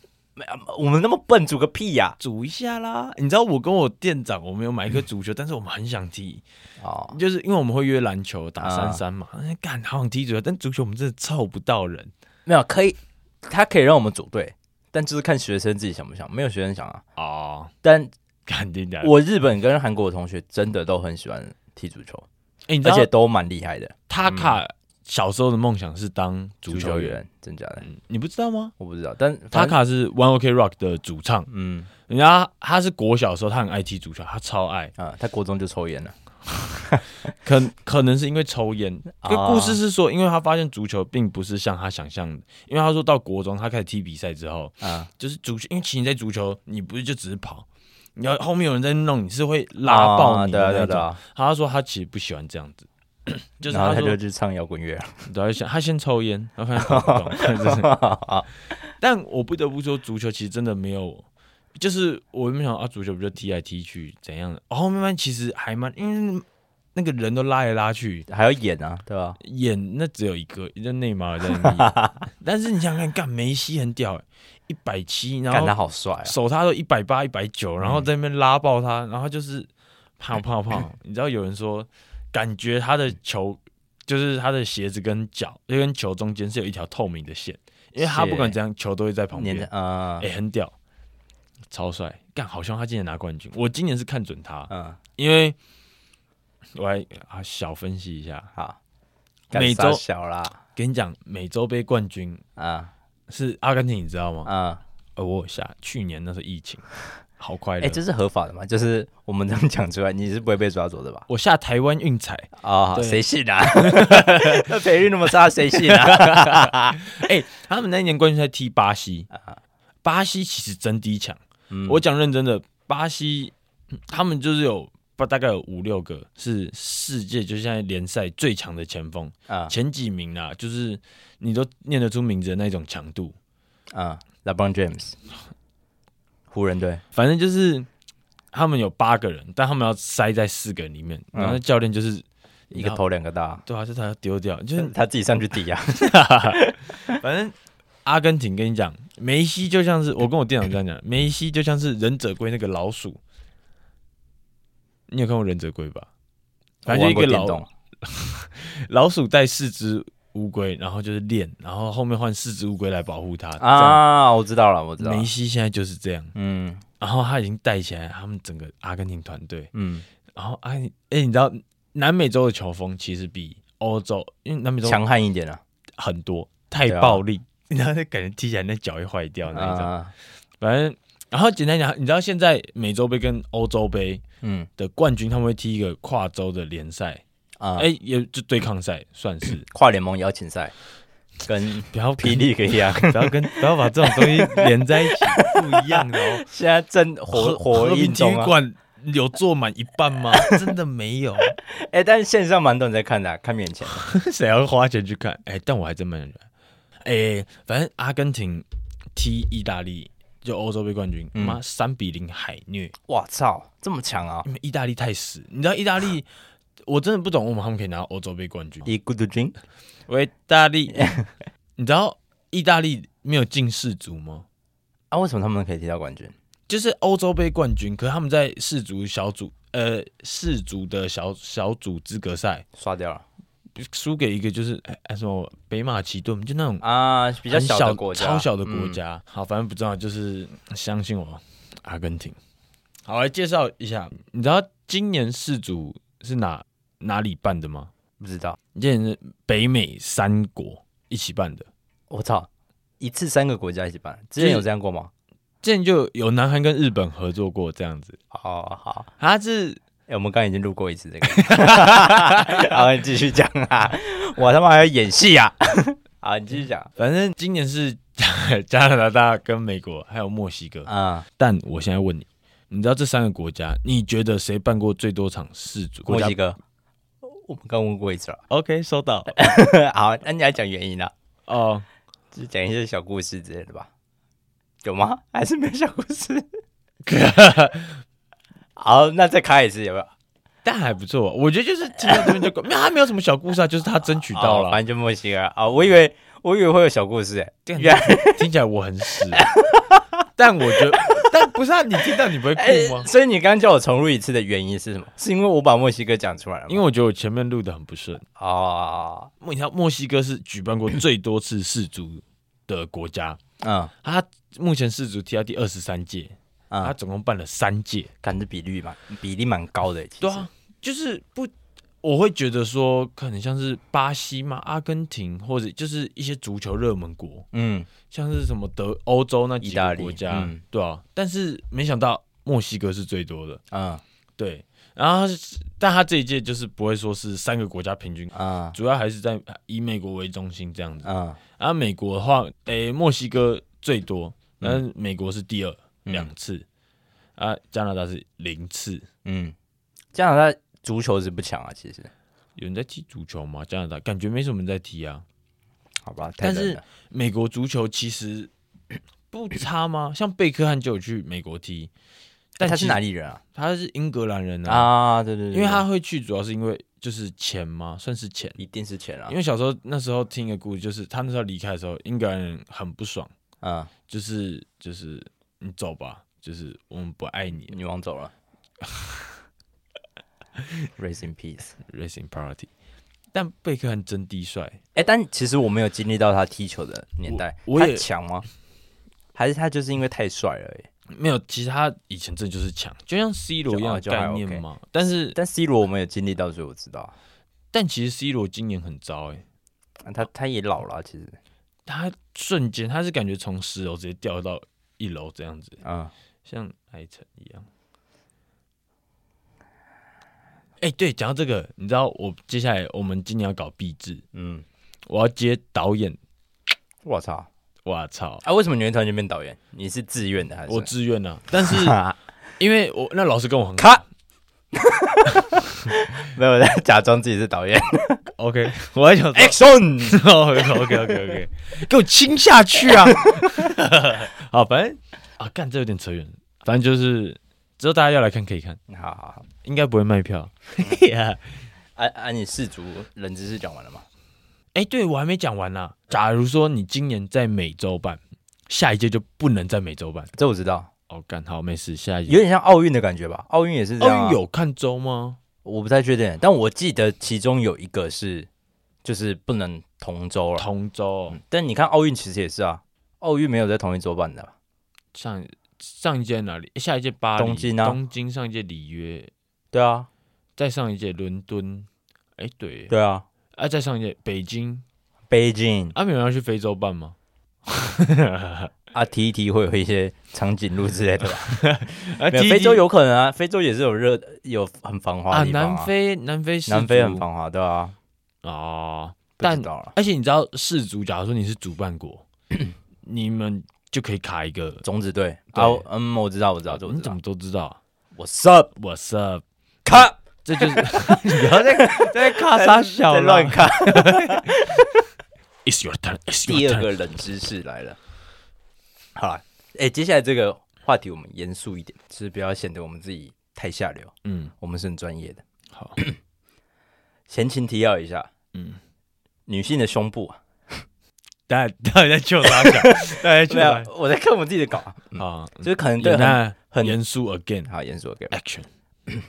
Speaker 1: 我们那么笨，足个屁呀、
Speaker 2: 组一下啦！你知道我跟我店长，我们有买一个足
Speaker 1: 嗯
Speaker 2: 球，但是我们很想踢，
Speaker 1: 哦，
Speaker 2: 就是因为我们会约篮球打
Speaker 1: 啊
Speaker 2: 三三嘛。哎干、好想踢足球，但足球我们真的凑不到人。
Speaker 1: 没有可以，他可以让我们组队，但就是看学生自己想不想。没有学生想啊，
Speaker 2: 哦，
Speaker 1: 但
Speaker 2: 肯定的。
Speaker 1: 我日本跟韩国的同学真的都很喜欢踢足球，
Speaker 2: 哎、你知
Speaker 1: 而
Speaker 2: 道
Speaker 1: 且都蛮厉害的
Speaker 2: 塔卡小时候的梦想是当足球员，
Speaker 1: 员，真假的
Speaker 2: 嗯你不知道吗？
Speaker 1: 我不知道，但
Speaker 2: 塔
Speaker 1: 反正
Speaker 2: 卡是 One OK Rock 的主唱，
Speaker 1: 嗯
Speaker 2: 人家他是国小的时候，他很爱踢足球，他超爱，
Speaker 1: 啊，他国中就抽烟了，
Speaker 2: 可可能是因为抽烟。
Speaker 1: 啊
Speaker 2: 个故事是说，因为他发现足球并不是像他想象的，因为他说到国中他开始踢比赛之后，
Speaker 1: 啊
Speaker 2: 就是足球，因为其实你在足球，你不是就只是跑，你要后面有人在弄，你是会拉爆
Speaker 1: 啊
Speaker 2: 你
Speaker 1: 对啊
Speaker 2: 的
Speaker 1: 对
Speaker 2: 那
Speaker 1: 啊对
Speaker 2: 种。
Speaker 1: 啊，
Speaker 2: 他说他其实不喜欢这样 子，就是
Speaker 1: 然后
Speaker 2: 他
Speaker 1: 他
Speaker 2: 说
Speaker 1: 就去唱摇滚乐了，
Speaker 2: 对，他想他先抽烟，然后发现跑不动 真的是。
Speaker 1: 啊
Speaker 2: 但我不得不说，足球其实真的没有，就是我没想到啊，足球不就踢来踢去怎样的？然后慢慢其实还蛮，因为那个人都拉来拉去，
Speaker 1: 还要演啊，对吧、
Speaker 2: 演那只有一个，那内马尔在 那里。但是你想想看，干梅西很屌、欸，一百七，然
Speaker 1: 干他
Speaker 2: 后
Speaker 1: 好帅啊，嗯
Speaker 2: 手他都一百八、一百九，然后在那边拉爆他，然后他就是跑 跑跑。你知道有人说，感觉他的球就是他的鞋子跟脚，就跟球中间是有一条透明的线，因为他
Speaker 1: 是
Speaker 2: 不管怎样，球都会在旁边
Speaker 1: 年。啊
Speaker 2: 哎、很屌，超帅！干，好像他今年拿冠军。我今年是看准他，
Speaker 1: 嗯，
Speaker 2: 因为我还啊小分析一下，
Speaker 1: 好，干
Speaker 2: 每周
Speaker 1: 傻小啦，
Speaker 2: 跟你讲，美洲杯冠军
Speaker 1: 啊
Speaker 2: 是阿根廷，你知道吗？
Speaker 1: 啊
Speaker 2: 呃，我有下去年那时候疫情，好快
Speaker 1: 哎、
Speaker 2: 乐。
Speaker 1: 这是合法的吗？就是我们这样讲出来，你是不会被抓走的吧？
Speaker 2: 我下台湾运彩，
Speaker 1: 啊、
Speaker 2: 对
Speaker 1: 谁信 啊？ 那培育那么差，谁信啊？
Speaker 2: 哎、他们那一年冠军赛踢巴西，巴西其实真低强。
Speaker 1: 啊嗯
Speaker 2: 我讲认真的，巴西嗯他们就是有大概有五六个是世界就现在联赛最强的前锋，
Speaker 1: 啊
Speaker 2: 前几名啊，就是你都念得出名字的那种强度。
Speaker 1: 啊，LeBron James，湖人队，
Speaker 2: 反正就是他们有八个人，但他们要塞在四个人里面，
Speaker 1: 嗯
Speaker 2: 然后那教练就是
Speaker 1: 一个
Speaker 2: 头。
Speaker 1: 头两个大，
Speaker 2: 对啊，就他要丢 掉，就是
Speaker 1: 他自己上去抵啊。
Speaker 2: 反正阿根廷跟你讲，梅西就像是我跟我店长这样讲，梅西就像是忍者龟那个老鼠。你有看过忍者龟吧？ 反正就一个
Speaker 1: 我玩过
Speaker 2: 老
Speaker 1: 电动
Speaker 2: 老鼠带四只乌龟，然后就是练，然后后面换四只乌龟来保护它。啊，
Speaker 1: 啊，我知道了，我知道了
Speaker 2: 梅。西现在就是这样，
Speaker 1: 嗯
Speaker 2: 然后他已经带起来他们整个阿根廷团队。
Speaker 1: 嗯，
Speaker 2: 然后阿根廷，哎、你知道南美洲的球风其实比欧洲，因为南美洲
Speaker 1: 强悍一点啊。
Speaker 2: 很多，太
Speaker 1: 对啊
Speaker 2: 暴力， 然后就感觉踢起来那脚会坏掉那一种。
Speaker 1: 啊，
Speaker 2: 反正，然后简单讲，你知道现在美洲杯跟欧洲杯
Speaker 1: 嗯
Speaker 2: 的冠军，他们会踢一个跨洲的联赛，
Speaker 1: 啊，。
Speaker 2: 哎、也就对抗赛算是
Speaker 1: 跨联盟邀请赛 跟
Speaker 2: 不要
Speaker 1: 霹， 雳一样，
Speaker 2: 不要跟不要把这种东西连在一起，不一样的哦。
Speaker 1: 现在正 火
Speaker 2: 和
Speaker 1: 火
Speaker 2: 和
Speaker 1: 一
Speaker 2: 平体育
Speaker 1: 中啊。
Speaker 2: 馆有坐满一半吗？真的没有，
Speaker 1: 哎，但是线上蛮多人在看的啊，看面前。
Speaker 2: 谁要花钱去看？哎、但我还真没人。哎、反正阿根廷踢意大利就欧洲杯冠军，
Speaker 1: 嗯
Speaker 2: 妈三、比零海虐。
Speaker 1: 哇操，这么强啊！
Speaker 2: 因为意大利太死，你知道意大利，我真的不懂为什么他们可以拿到欧洲杯 冠军。
Speaker 1: 一 good drink
Speaker 2: 意大利， 你知道意大利没有进世足吗？
Speaker 1: 啊？为什么他们可以踢到冠军？
Speaker 2: 就是欧洲杯冠军，可是他们在世足小组，呃，世足的小小组资格赛
Speaker 1: 刷掉了
Speaker 2: 输给一个就是哎哎什么北马其顿，就那种
Speaker 1: 啊，比较
Speaker 2: 很
Speaker 1: 小
Speaker 2: 小
Speaker 1: 的国家，
Speaker 2: 超小的国
Speaker 1: 嗯。
Speaker 2: 家。好，反正不知道，就是相信我，阿根廷。好，来介绍一下，你知道今年世足是哪哪里办的吗？
Speaker 1: 不知道，
Speaker 2: 之前是北美三国一起办的，
Speaker 1: 我操，一次三个国家一起办，之
Speaker 2: 就
Speaker 1: 前
Speaker 2: 是
Speaker 1: 有这样过吗？
Speaker 2: 之前就有南韩跟日本合作过这样子。啊
Speaker 1: 好好哦好，
Speaker 2: 它是
Speaker 1: 哎、我们刚刚已经录过一次这个， 好，你继续讲啊！我他妈还要演戏啊！好，你继续讲
Speaker 2: 反正今年是 加拿大跟美国还有墨西哥，
Speaker 1: 啊、
Speaker 2: 但我现在问你，你知道这三个国家，你觉得谁办过最多场世足？
Speaker 1: 墨
Speaker 2: 国
Speaker 1: 西
Speaker 2: 家
Speaker 1: 哥，我们刚问过一次 了。
Speaker 2: OK，收到
Speaker 1: 好，那你要讲原因啊？
Speaker 2: 哦。
Speaker 1: 就是讲一些小故事之类的吧？有吗？还是没有小故事？ 好，那再开一次有没有？
Speaker 2: 但还不错，我觉得就是听到这边 就够，没有他没有什么小故事啊，就是他争取到
Speaker 1: 哦
Speaker 2: 了，
Speaker 1: 反正就墨西哥啊、我以为我以为会有小故事、欸，
Speaker 2: 对啊
Speaker 1: 原来
Speaker 2: 听起来我很屎，但我觉得，但不是啊，你听到你不会
Speaker 1: 哎、
Speaker 2: 哭吗？
Speaker 1: 所以你刚刚叫我重录一次的原因是什么？是因为我把墨西哥讲出来了吗，
Speaker 2: 因为我觉得我前面录的很不顺。
Speaker 1: 哦，
Speaker 2: 墨你知道墨西哥是举办过最多次世足的国家，
Speaker 1: 嗯
Speaker 2: 他目前世足踢到第二十三届，他
Speaker 1: 嗯，
Speaker 2: 总共办了三届。
Speaker 1: 看这比率嘛，比例蛮高的、欸，其实
Speaker 2: 对，啊，就是不，我会觉得说，可能像是巴西嘛、阿根廷，或者就是一些足球热门国，
Speaker 1: 嗯，
Speaker 2: 像是什么德欧洲那几
Speaker 1: 意大
Speaker 2: 个
Speaker 1: 利
Speaker 2: 国家，
Speaker 1: 嗯
Speaker 2: 对啊。但是没想到墨西哥是最多的，
Speaker 1: 嗯
Speaker 2: 对。然后它是，但他这一届就是不会说是三个国家平均，
Speaker 1: 嗯
Speaker 2: 主要还是在以美国为中心这样子。
Speaker 1: 嗯
Speaker 2: 啊，美国的话，诶、墨西哥最多，但是美国是第二两、次，啊，加拿大是零次。
Speaker 1: 嗯，加拿大足球是不强啊，其实，
Speaker 2: 有人在踢足球吗？加拿大感觉没什么人在踢啊。
Speaker 1: 好吧，太
Speaker 2: 但
Speaker 1: 冷
Speaker 2: 是
Speaker 1: 了哎
Speaker 2: 美国足球其实 不差吗？像贝克汉就有去美国踢，但
Speaker 1: 他是哪
Speaker 2: 里？
Speaker 1: 里人啊？
Speaker 2: 他是英格兰人啊，
Speaker 1: 啊，对对对，
Speaker 2: 因为
Speaker 1: 对
Speaker 2: 他会去主要是因为就是钱嘛，算是钱。
Speaker 1: 一定是钱啊，
Speaker 2: 因为小时候那时候听一个故事，就是他那时候离开的时候，英格兰人很不爽，
Speaker 1: 嗯，
Speaker 2: 就是就是你走吧，就是我们不爱你了
Speaker 1: 女王走 了，Rest in peace。
Speaker 2: ，Racing Party。但贝克汉真低帅，
Speaker 1: 哎、但其实我没有经历到他踢球的年代，
Speaker 2: 我我
Speaker 1: 他
Speaker 2: 也
Speaker 1: 强吗？还是他就是因为太帅了而已？
Speaker 2: 没有，其实他以前真的就是强，就像 C 罗一样的
Speaker 1: 就就还
Speaker 2: 概
Speaker 1: OK
Speaker 2: 念嘛。但是
Speaker 1: 但 C 罗我们有经历到，所以我知道啊
Speaker 2: 但其实 C 罗今年很糟哎、
Speaker 1: 他他也老了啊，其实，
Speaker 2: 他瞬间他是感觉从十楼直接掉到一楼这样子，
Speaker 1: 嗯
Speaker 2: 像艾辰一样。哎、对，讲到这个，你知道我接下来我们今年要搞壁纸，
Speaker 1: 嗯，
Speaker 2: 我要接导演，
Speaker 1: 我操！
Speaker 2: 哇操！
Speaker 1: 啊，为什么你会突然间变导演？你是自愿的还是？
Speaker 2: 我自愿啊，但 是
Speaker 1: 哈
Speaker 2: 因为我那老师跟我很
Speaker 1: 咔， 没有我在假装自己是 导演。
Speaker 2: OK，我还想说嗯哦
Speaker 1: Action！
Speaker 2: OK OK OK OK，给我亲下去啊！ 好，反正啊，干这有点扯远了，反正就是之后大家要来看可以看，
Speaker 1: 好好好，
Speaker 2: 应该不会卖票。
Speaker 1: 啊啊，你世足冷知识讲完了吗？
Speaker 2: 哎、对我还没讲完呢、假如说你今年在美洲办，下一届就不能在美洲办。
Speaker 1: 这我知道，
Speaker 2: 哦，干好没事，下一
Speaker 1: 有
Speaker 2: 届
Speaker 1: 点像奥运的感觉吧？奥运也是这样、啊
Speaker 2: 奥运，哦有看周吗？
Speaker 1: 我不太确定，但我记得其中有一个是就是不能同周了。
Speaker 2: 同周
Speaker 1: 嗯但你看奥运其实也是啊，奥运没有在同一周办的吧，
Speaker 2: 上上一届哪里？下一届巴黎、
Speaker 1: 东京啊
Speaker 2: 东京上一届里约，
Speaker 1: 对啊，
Speaker 2: 再上一届伦敦。哎、对，
Speaker 1: 对啊，
Speaker 2: 啊，再上一届北京。
Speaker 1: 北京
Speaker 2: 阿美有人要去非洲办吗？
Speaker 1: 啊，提一提会有一些长颈鹿之类的吧。
Speaker 2: 啊
Speaker 1: 没有非洲有可能啊，非洲也是有热有很繁华
Speaker 2: 啊，
Speaker 1: 的地方、
Speaker 2: 南非南非氏族
Speaker 1: 南非很繁华，对啊，
Speaker 2: 哦，
Speaker 1: 不
Speaker 2: 但
Speaker 1: 知道了。啊
Speaker 2: 而且你知道氏族，假如说你是主办 国，你们就可以卡一个。
Speaker 1: 种子队
Speaker 2: 对
Speaker 1: 啊，嗯，我知道，我知道，这我
Speaker 2: 你
Speaker 1: 知
Speaker 2: 怎
Speaker 1: 道
Speaker 2: 么。都知道啊
Speaker 1: 我 sub
Speaker 2: ？What's up？
Speaker 1: 卡
Speaker 2: 这就是你要在在卡撒小
Speaker 1: 在
Speaker 2: 啦
Speaker 1: 乱看。
Speaker 2: It's your turn. It's
Speaker 1: 第二
Speaker 2: your turn.
Speaker 1: 个冷知识来了，好了，哎、接下来这个话题我们严肃一点，就是不要显得我们自己太下流，
Speaker 2: 嗯，
Speaker 1: 我们是很专业的。
Speaker 2: 好，
Speaker 1: 前情提要一下，
Speaker 2: 嗯，
Speaker 1: 女性的胸部啊，
Speaker 2: 大家大家在救 大家，大家在救
Speaker 1: 没
Speaker 2: 大
Speaker 1: 有，我在看我自己的稿啊，
Speaker 2: 家啊。
Speaker 1: 就是可能对很
Speaker 2: 那
Speaker 1: 很
Speaker 2: 严肃 again
Speaker 1: 好严肃给
Speaker 2: action。
Speaker 1: 哎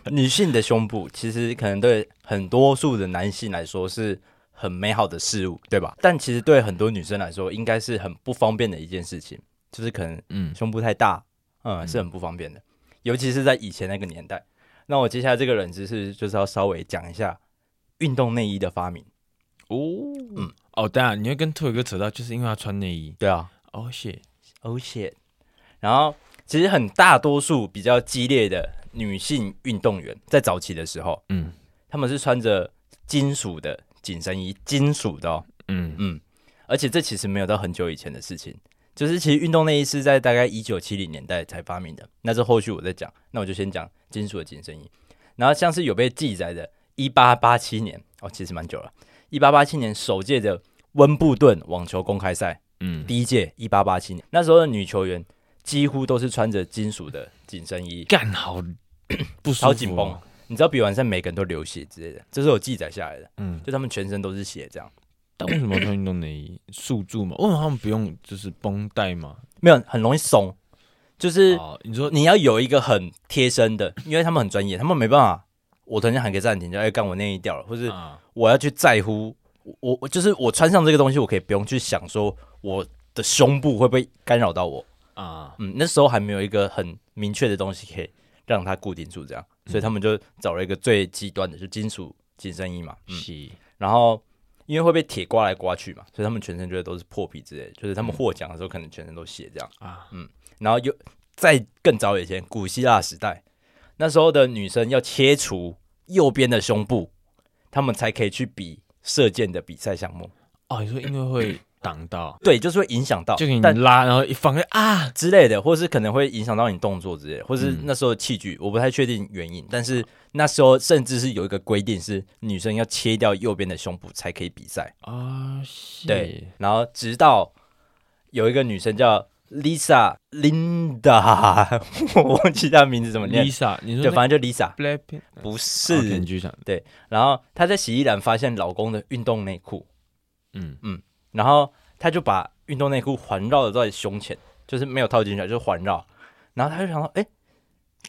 Speaker 1: 女性的胸部，其实可能对很多数的男性来说是很美好的事物，对吧？但其实对很多女生来说，应该是很不方便的一件事情，就是可能
Speaker 2: 嗯，
Speaker 1: 胸部太大，嗯，是很不方便的，尤其是在以前那个年代。那我接下来这个冷知识就是要稍微讲一下运动内衣的发明。
Speaker 2: 哦，嗯，哦，当然你会跟兔哥扯到，就是因为他穿内衣。
Speaker 1: 对啊
Speaker 2: 哦，谢，
Speaker 1: ，Oh shit！然后其实很大多数比较激烈的女性运动员，在早期的时候，
Speaker 2: 嗯
Speaker 1: 她们是穿着金属的紧身衣，金属的哦，
Speaker 2: 嗯
Speaker 1: 嗯，而且这其实没有到很久以前的事情，就是其实运动内衣是在大概一九七零年代才发明的，那这后续我再讲，那我就先讲金属的紧身衣，然后像是有被记载的，一八八七年哦，其实蛮久了，一八八七年首届的温布顿网球公开赛
Speaker 2: 嗯，
Speaker 1: 第一届，一八八七年，那时候的女球员几乎都是穿着金属的紧身衣，
Speaker 2: 干 好不舒服，啊
Speaker 1: 超紧绷，，你知道比完赛每个人都流血之类的，这是我记载下来的，
Speaker 2: 嗯，
Speaker 1: 就他们全身都是血这样。
Speaker 2: 但为什么要穿运动内衣？束住嘛？为什么他们不用就是绷带嘛？
Speaker 1: 没有很容易松，就是
Speaker 2: 哦，你说
Speaker 1: 你要有一个很贴身的，因为他们很专业，他们没办法。我突然间喊个暂停，就哎干我内衣掉了，或是
Speaker 2: 啊，
Speaker 1: 我要去在乎我我我就是我穿上这个东西，我可以不用去想说我的胸部会不会干扰到我。
Speaker 2: 啊，
Speaker 1: 嗯，那时候还没有一个很明确的东西可以让它固定住，这样，所以他们就找了一个最极端的，就金属紧身衣嘛。嗯，
Speaker 2: 是，
Speaker 1: 然后因为会被铁刮来刮去嘛，所以他们全身就都是破皮之类的，就是他们
Speaker 2: 嗯
Speaker 1: 获奖的时候可能全身都血这样。
Speaker 2: 啊，
Speaker 1: 然后又再更早以前，古希腊时代，那时候的女生要切除右边的胸部，她们才可以去比射箭的比赛项目。
Speaker 2: 哦，你说因为会挡 到，
Speaker 1: 对，就是会影响到，
Speaker 2: 就给你
Speaker 1: 哦但
Speaker 2: 拉，然后一放开啊，
Speaker 1: 之类的，或是可能会影响到你动作之类的，或是
Speaker 2: 嗯
Speaker 1: 那时候的器具，我不太确定原因，但是那时候甚至是有一个规定是女生要切掉右边的胸部才可以比赛。
Speaker 2: 啊，
Speaker 1: 对
Speaker 2: 是，，
Speaker 1: 然后直到有一个女生叫 Lisa Linda，我忘记她名字怎么念，
Speaker 2: ，Lisa，你
Speaker 1: 对，
Speaker 2: 说
Speaker 1: 反正就 Lisa，
Speaker 2: Blackpink 哦
Speaker 1: 不
Speaker 2: 你
Speaker 1: 是。
Speaker 2: 继续讲，
Speaker 1: 然后她在洗衣篮发现老公的运动内裤，
Speaker 2: 嗯
Speaker 1: 然后她就把运动内裤环绕的在胸前，就是没有套进去，就是环绕。然后她就想到，哎，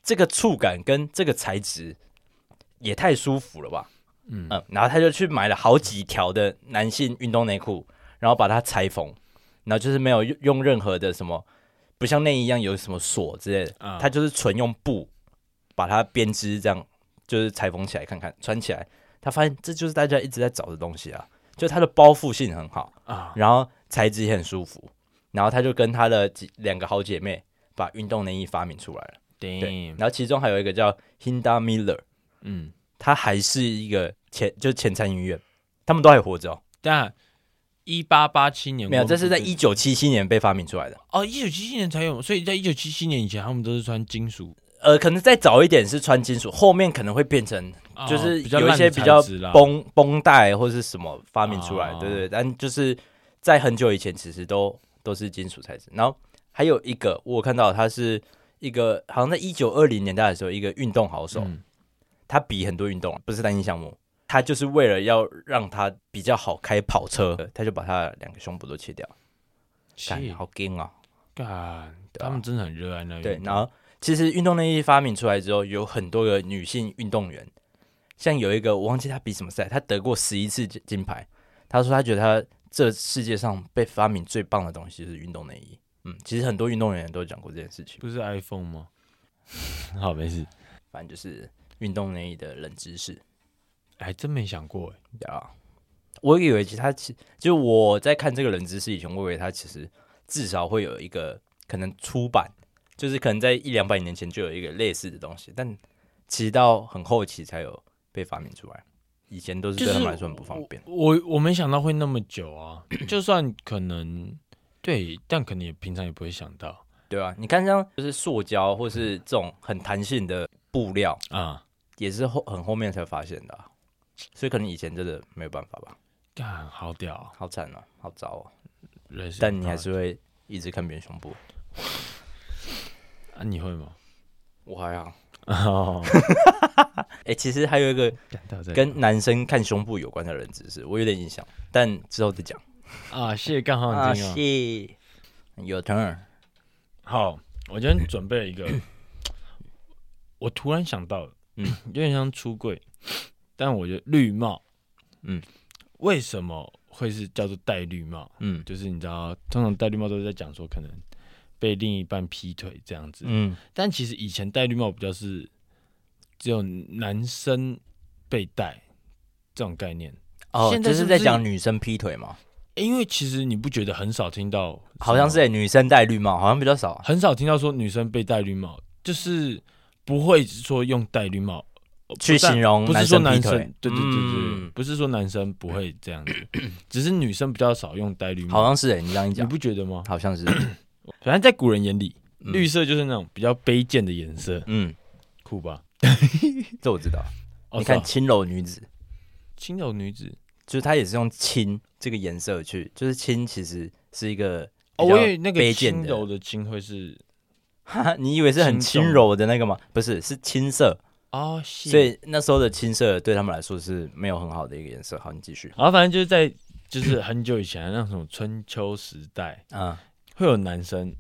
Speaker 1: 这个触感跟这个材质也太舒服了吧，
Speaker 2: 嗯
Speaker 1: 嗯。然后她就去买了好几条的男性运动内裤，然后把它裁缝，然后就是没有用用任何的什么，不像内衣一样有什么锁之类的，
Speaker 2: 啊，
Speaker 1: 它就是纯用布把它编织，这样就是裁缝起来看看，穿起来，他发现这就是大家一直在找的东西啊，就它的包覆性很好，
Speaker 2: 啊，
Speaker 1: 然后材质也很舒服，然后他就跟他的几两个好姐妹把运动内衣发明出来了。对，
Speaker 2: ，damn，
Speaker 1: 然后其中还有一个叫 Hinda Miller，
Speaker 2: 嗯，
Speaker 1: 他还是一个前就是前参议院，他们都还活着哦。
Speaker 2: 但一八八七年
Speaker 1: 没有，
Speaker 2: 光
Speaker 1: 这是在
Speaker 2: 复
Speaker 1: 一九七七年被发明出来的。
Speaker 2: 哦一九七七年才有，所以在一九七七年以前，他们都是穿金属，
Speaker 1: 呃，可能再早一点是穿金属，后面可能会变成
Speaker 2: 啊
Speaker 1: 就是
Speaker 2: 比较
Speaker 1: 有一
Speaker 2: 烂
Speaker 1: 些
Speaker 2: 的
Speaker 1: 比
Speaker 2: 材
Speaker 1: 较
Speaker 2: 质啦，
Speaker 1: 绷绷带或是什么发明出来，
Speaker 2: 哦
Speaker 1: 对对。但就是在很久以前，其实都都是金属材质。然后还有一个我有看到，他是一个好像在一九二零年代的时候，一个运动好手，
Speaker 2: 嗯
Speaker 1: 他比很多运动，不是单一项目。他就是为了要让他比较好开跑车，他就把他两个胸部都切掉，感
Speaker 2: 切
Speaker 1: 好硬啊！
Speaker 2: 干，
Speaker 1: 对啊
Speaker 2: 他们真的很热爱那个
Speaker 1: 对
Speaker 2: 运，动
Speaker 1: 然后其实运动内衣发明出来之后，有很多个女性运动员，像有一个我忘记她比什么赛，她得过十一次金金牌。她说她觉得她这世界上被发明最棒的东西就是运动内衣。嗯，其实很多运动员都讲过这件事情，
Speaker 2: 不是 iPhone 吗？ 好，没事，
Speaker 1: 反正就是运动内衣的冷知识。
Speaker 2: 还真没想过哎，
Speaker 1: 对啊，我以为其实它其就我在看这个冷知识以前，我以为它其实至少会有一个可能出版，就是可能在一两百年前就有一个类似的东西，但其实到很后期才有被发明出来。以前都是对他们来说很不方便。
Speaker 2: 我我没想到会那么久啊，就算可能对，但可能也平常也不会想到
Speaker 1: 对啊，你看像就是塑胶或是这种很弹性的布料，
Speaker 2: 啊。
Speaker 1: 也是后很后面才发现的啊、所以可能以前真的没有办法吧，
Speaker 2: 干，好屌啊！
Speaker 1: 好惨哦，好糟哦。
Speaker 2: 人生
Speaker 1: 但你还
Speaker 2: 大
Speaker 1: 是会一直看别人胸部，
Speaker 2: 啊，你会 吗？
Speaker 1: 我还好。
Speaker 2: 哦，
Speaker 1: 哎、其实还有一个
Speaker 2: 跟
Speaker 1: 跟男生看胸部有关的冷知识，我有点印象，但之后再讲。
Speaker 2: 啊，谢干好好听哦。
Speaker 1: 是，Your turn。
Speaker 2: 好，我今天准备了一个，我突然想到，嗯
Speaker 1: 嗯，
Speaker 2: 有点像出柜，但我觉得绿帽，嗯
Speaker 1: 嗯，
Speaker 2: 为什么会是叫做戴绿帽？
Speaker 1: 嗯
Speaker 2: 就是你知道，通常戴绿帽都是在讲说可能被另一半劈腿这样子，
Speaker 1: 嗯
Speaker 2: 但其实以前戴绿帽比较是只有男生被戴这种概念。
Speaker 1: 哦，
Speaker 2: 现在
Speaker 1: 这
Speaker 2: 是
Speaker 1: 是
Speaker 2: 不
Speaker 1: 在
Speaker 2: 是
Speaker 1: 讲女生劈腿吗？
Speaker 2: 欸因为其实你不觉得很少听到，
Speaker 1: 好像是、欸、女生戴绿帽，好像比较少啊。
Speaker 2: 很少听到说女生被戴绿帽，就是不会说用戴绿帽呃
Speaker 1: 去
Speaker 2: 不但
Speaker 1: 形容
Speaker 2: 不是
Speaker 1: 男
Speaker 2: 说
Speaker 1: 生
Speaker 2: 男
Speaker 1: 劈
Speaker 2: 生
Speaker 1: 腿，
Speaker 2: 对对对对，
Speaker 1: 嗯
Speaker 2: 不是说男生不会这样子，只是女生比较少用戴绿帽，
Speaker 1: 好像是哎、你这样一
Speaker 2: 你
Speaker 1: 讲，
Speaker 2: 不觉得吗？
Speaker 1: 好像是。
Speaker 2: 反正在古人眼里，
Speaker 1: 嗯
Speaker 2: 绿色就是那种比较卑贱的颜色，
Speaker 1: 嗯，
Speaker 2: 酷吧？
Speaker 1: 这我知道。你
Speaker 2: 哦是
Speaker 1: 看
Speaker 2: 啊
Speaker 1: 轻柔女子，
Speaker 2: 青柔女子，
Speaker 1: 就是她也是用青这个颜色去，就是青其实是一个
Speaker 2: 哦，
Speaker 1: 比较
Speaker 2: 我以为那个
Speaker 1: 卑贱
Speaker 2: 轻
Speaker 1: 的
Speaker 2: 柔的轻会是
Speaker 1: 哈哈， 你以为是很
Speaker 2: 轻
Speaker 1: 轻
Speaker 2: 重
Speaker 1: 柔的那个吗？不是，是青色。
Speaker 2: 哦，
Speaker 1: 所
Speaker 2: 所
Speaker 1: 以那时候的青色对他们来说是没有很好的一个颜色。好，你继续。
Speaker 2: 然后反正就是在就是很久以前那种春秋时代，
Speaker 1: 啊，
Speaker 2: 会有男生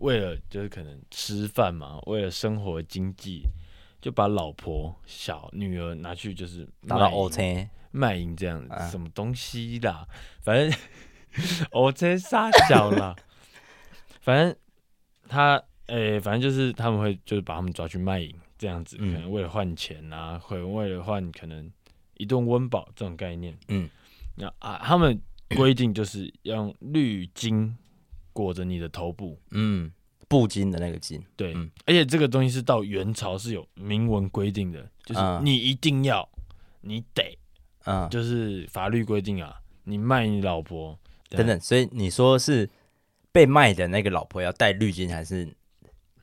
Speaker 2: 为了就是可能吃饭嘛，为了生活经济，就把老婆、小女儿拿去就是
Speaker 1: 打到
Speaker 2: 卖
Speaker 1: O K，
Speaker 2: 卖淫这样子，
Speaker 1: 啊
Speaker 2: 什么东西啦，反正哦我真傻小啦， 反正他诶、反正就是他们会就是把他们抓去卖淫这样子，
Speaker 1: 嗯
Speaker 2: 可能为了换钱啊，会为了换可能一顿温饱这种概念，
Speaker 1: 嗯，
Speaker 2: 那啊他们规定就是要用绿巾裹着你的头部，
Speaker 1: 嗯，布巾的那个巾，
Speaker 2: 对，
Speaker 1: 嗯
Speaker 2: 而且这个东西是到元朝是有明文规定的，就是
Speaker 1: 啊
Speaker 2: 你一定要，你得，
Speaker 1: 嗯，
Speaker 2: 就是法律规定啊，你卖你老婆，
Speaker 1: 等等。所以你说是被卖的那个老婆要戴绿巾，还是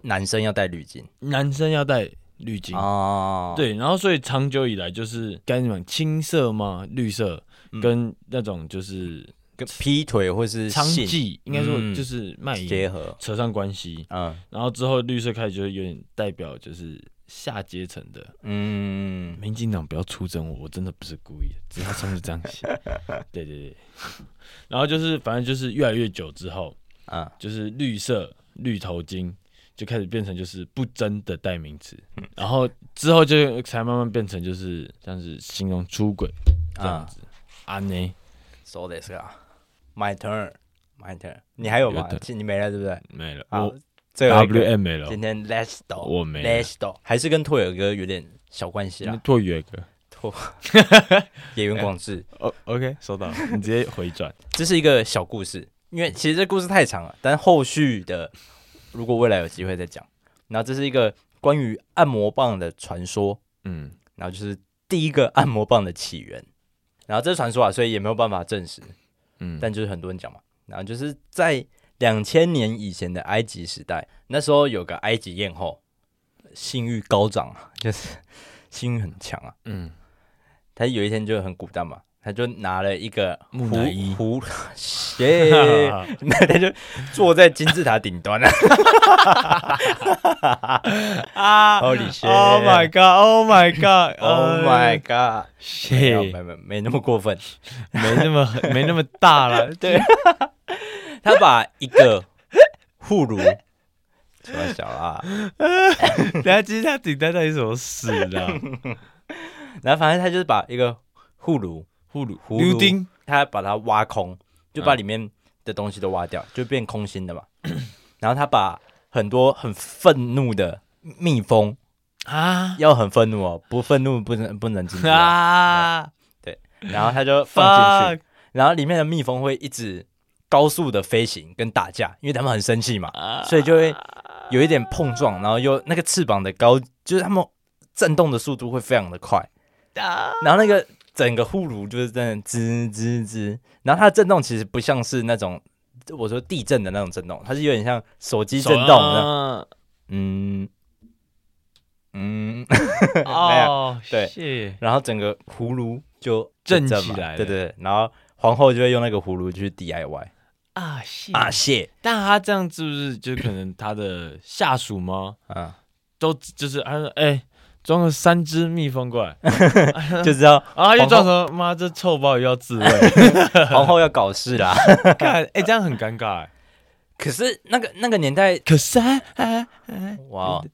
Speaker 1: 男生要戴绿巾？
Speaker 2: 男生要戴绿巾。
Speaker 1: 哦，，
Speaker 2: 对，然后所以长久以来就是该怎么讲青色吗？绿色
Speaker 1: 嗯
Speaker 2: 跟那种就是
Speaker 1: 跟劈腿或是
Speaker 2: 娼
Speaker 1: 性
Speaker 2: 妓，应该说
Speaker 1: 嗯
Speaker 2: 就是卖淫
Speaker 1: 结合，
Speaker 2: 扯上关系，
Speaker 1: 嗯
Speaker 2: 然后之后绿色开始就是有点代表就是下阶层的，
Speaker 1: 嗯，
Speaker 2: 民进党不要出征我，我真的不是故意的，只是他上次这样写。 对对对， 然后就是反正就是越来越久之后，
Speaker 1: 啊，
Speaker 2: 就是绿色绿头巾就开始变成就是不争的代名词，然后之后就才慢慢变成就是像是形容出轨这样子。啊呢，
Speaker 1: 说的是啊，My turn，My turn，你还有吗
Speaker 2: 有的？
Speaker 1: 你没了对不对？
Speaker 2: 没了，
Speaker 1: 好
Speaker 2: 啊我，
Speaker 1: 最后一个
Speaker 2: WM 没了
Speaker 1: 今，天 Let's do，
Speaker 2: 我没了
Speaker 1: Let's do，还是跟拓友哥有点小关系
Speaker 2: 你
Speaker 1: 啦。
Speaker 2: 拓远哥。
Speaker 1: 演员广志，
Speaker 2: 哦，OK，收到， 你直接回转。
Speaker 1: 这是一个小故事，因为其实这故事太长了，但后续的如果未来有机会再讲。然后这是一个关于按摩棒的传说，
Speaker 2: 嗯，
Speaker 1: 然后就是第一个按摩棒的起源。然后这是传说啊，所以也没有办法证实，
Speaker 2: 嗯，
Speaker 1: 但就是很多人讲嘛。然后就是在两千年以前的埃及时代，那时候有个埃及艳后，性欲高涨啊，就是性欲很强啊。
Speaker 2: 嗯，
Speaker 1: 她有一天就很孤单嘛，她就拿了一个
Speaker 2: 木
Speaker 1: 壶
Speaker 2: 乃伊
Speaker 1: 壶， 耶，那她就坐在金字塔顶端啊。
Speaker 2: 啊
Speaker 1: Holy shit
Speaker 2: Oh my god！Oh my 哎
Speaker 1: Oh
Speaker 2: god！Oh
Speaker 1: my god！没有
Speaker 2: shit！
Speaker 1: 没没没那么过分，
Speaker 2: 没那么没那么大了， 对，
Speaker 1: 他把一个 护乳，开玩笑啊，
Speaker 2: 等下其实他顶端到底是什么屎 啊？
Speaker 1: 然后反正他就是把一个护乳，
Speaker 2: 葫芦
Speaker 1: 葫芦
Speaker 2: 溜丁，
Speaker 1: 他把它挖空，就把里面的东西都挖
Speaker 2: 嗯
Speaker 1: 掉，就变空心的嘛。 然后他把很多很愤怒的蜜蜂，
Speaker 2: 啊
Speaker 1: 要很愤怒哦，不愤怒不能不能进去哦、
Speaker 2: 啊
Speaker 1: 然后他就放进
Speaker 2: ，fuck
Speaker 1: 去，然后里面的蜜蜂会一直高速的飞行跟打架，因为他们很生气嘛。
Speaker 2: 啊！
Speaker 1: 所以就会有一点碰撞，然后又那个翅膀的高，就是它们震动的速度会非常的快，
Speaker 2: 啊
Speaker 1: 然后那个整个呼噜就是真的吱吱吱，然后它的震动其实不像是那种我说地震的那种震动，它是有点像手机震动的，
Speaker 2: 啊
Speaker 1: 嗯嗯，
Speaker 2: 哦，
Speaker 1: 对
Speaker 2: 对，
Speaker 1: 然后整个葫芦就
Speaker 2: 震
Speaker 1: 嘛
Speaker 2: 起来了
Speaker 1: 对对对，然后皇后就会用那个葫芦去 DIY
Speaker 2: 啊谢
Speaker 1: 啊谢
Speaker 2: 但他这样是不是就可能他的下属吗？
Speaker 1: 啊，
Speaker 2: 都就是他说哎。装了三只蜜蜂 过来，
Speaker 1: 就知道
Speaker 2: 然后就装成妈这臭包也要自卫，
Speaker 1: 皇后要搞事啦。
Speaker 2: 看哎这样很尴尬哎。
Speaker 1: 可是那个那个年代，
Speaker 2: 可是啊，
Speaker 1: 哇，
Speaker 2: 哦，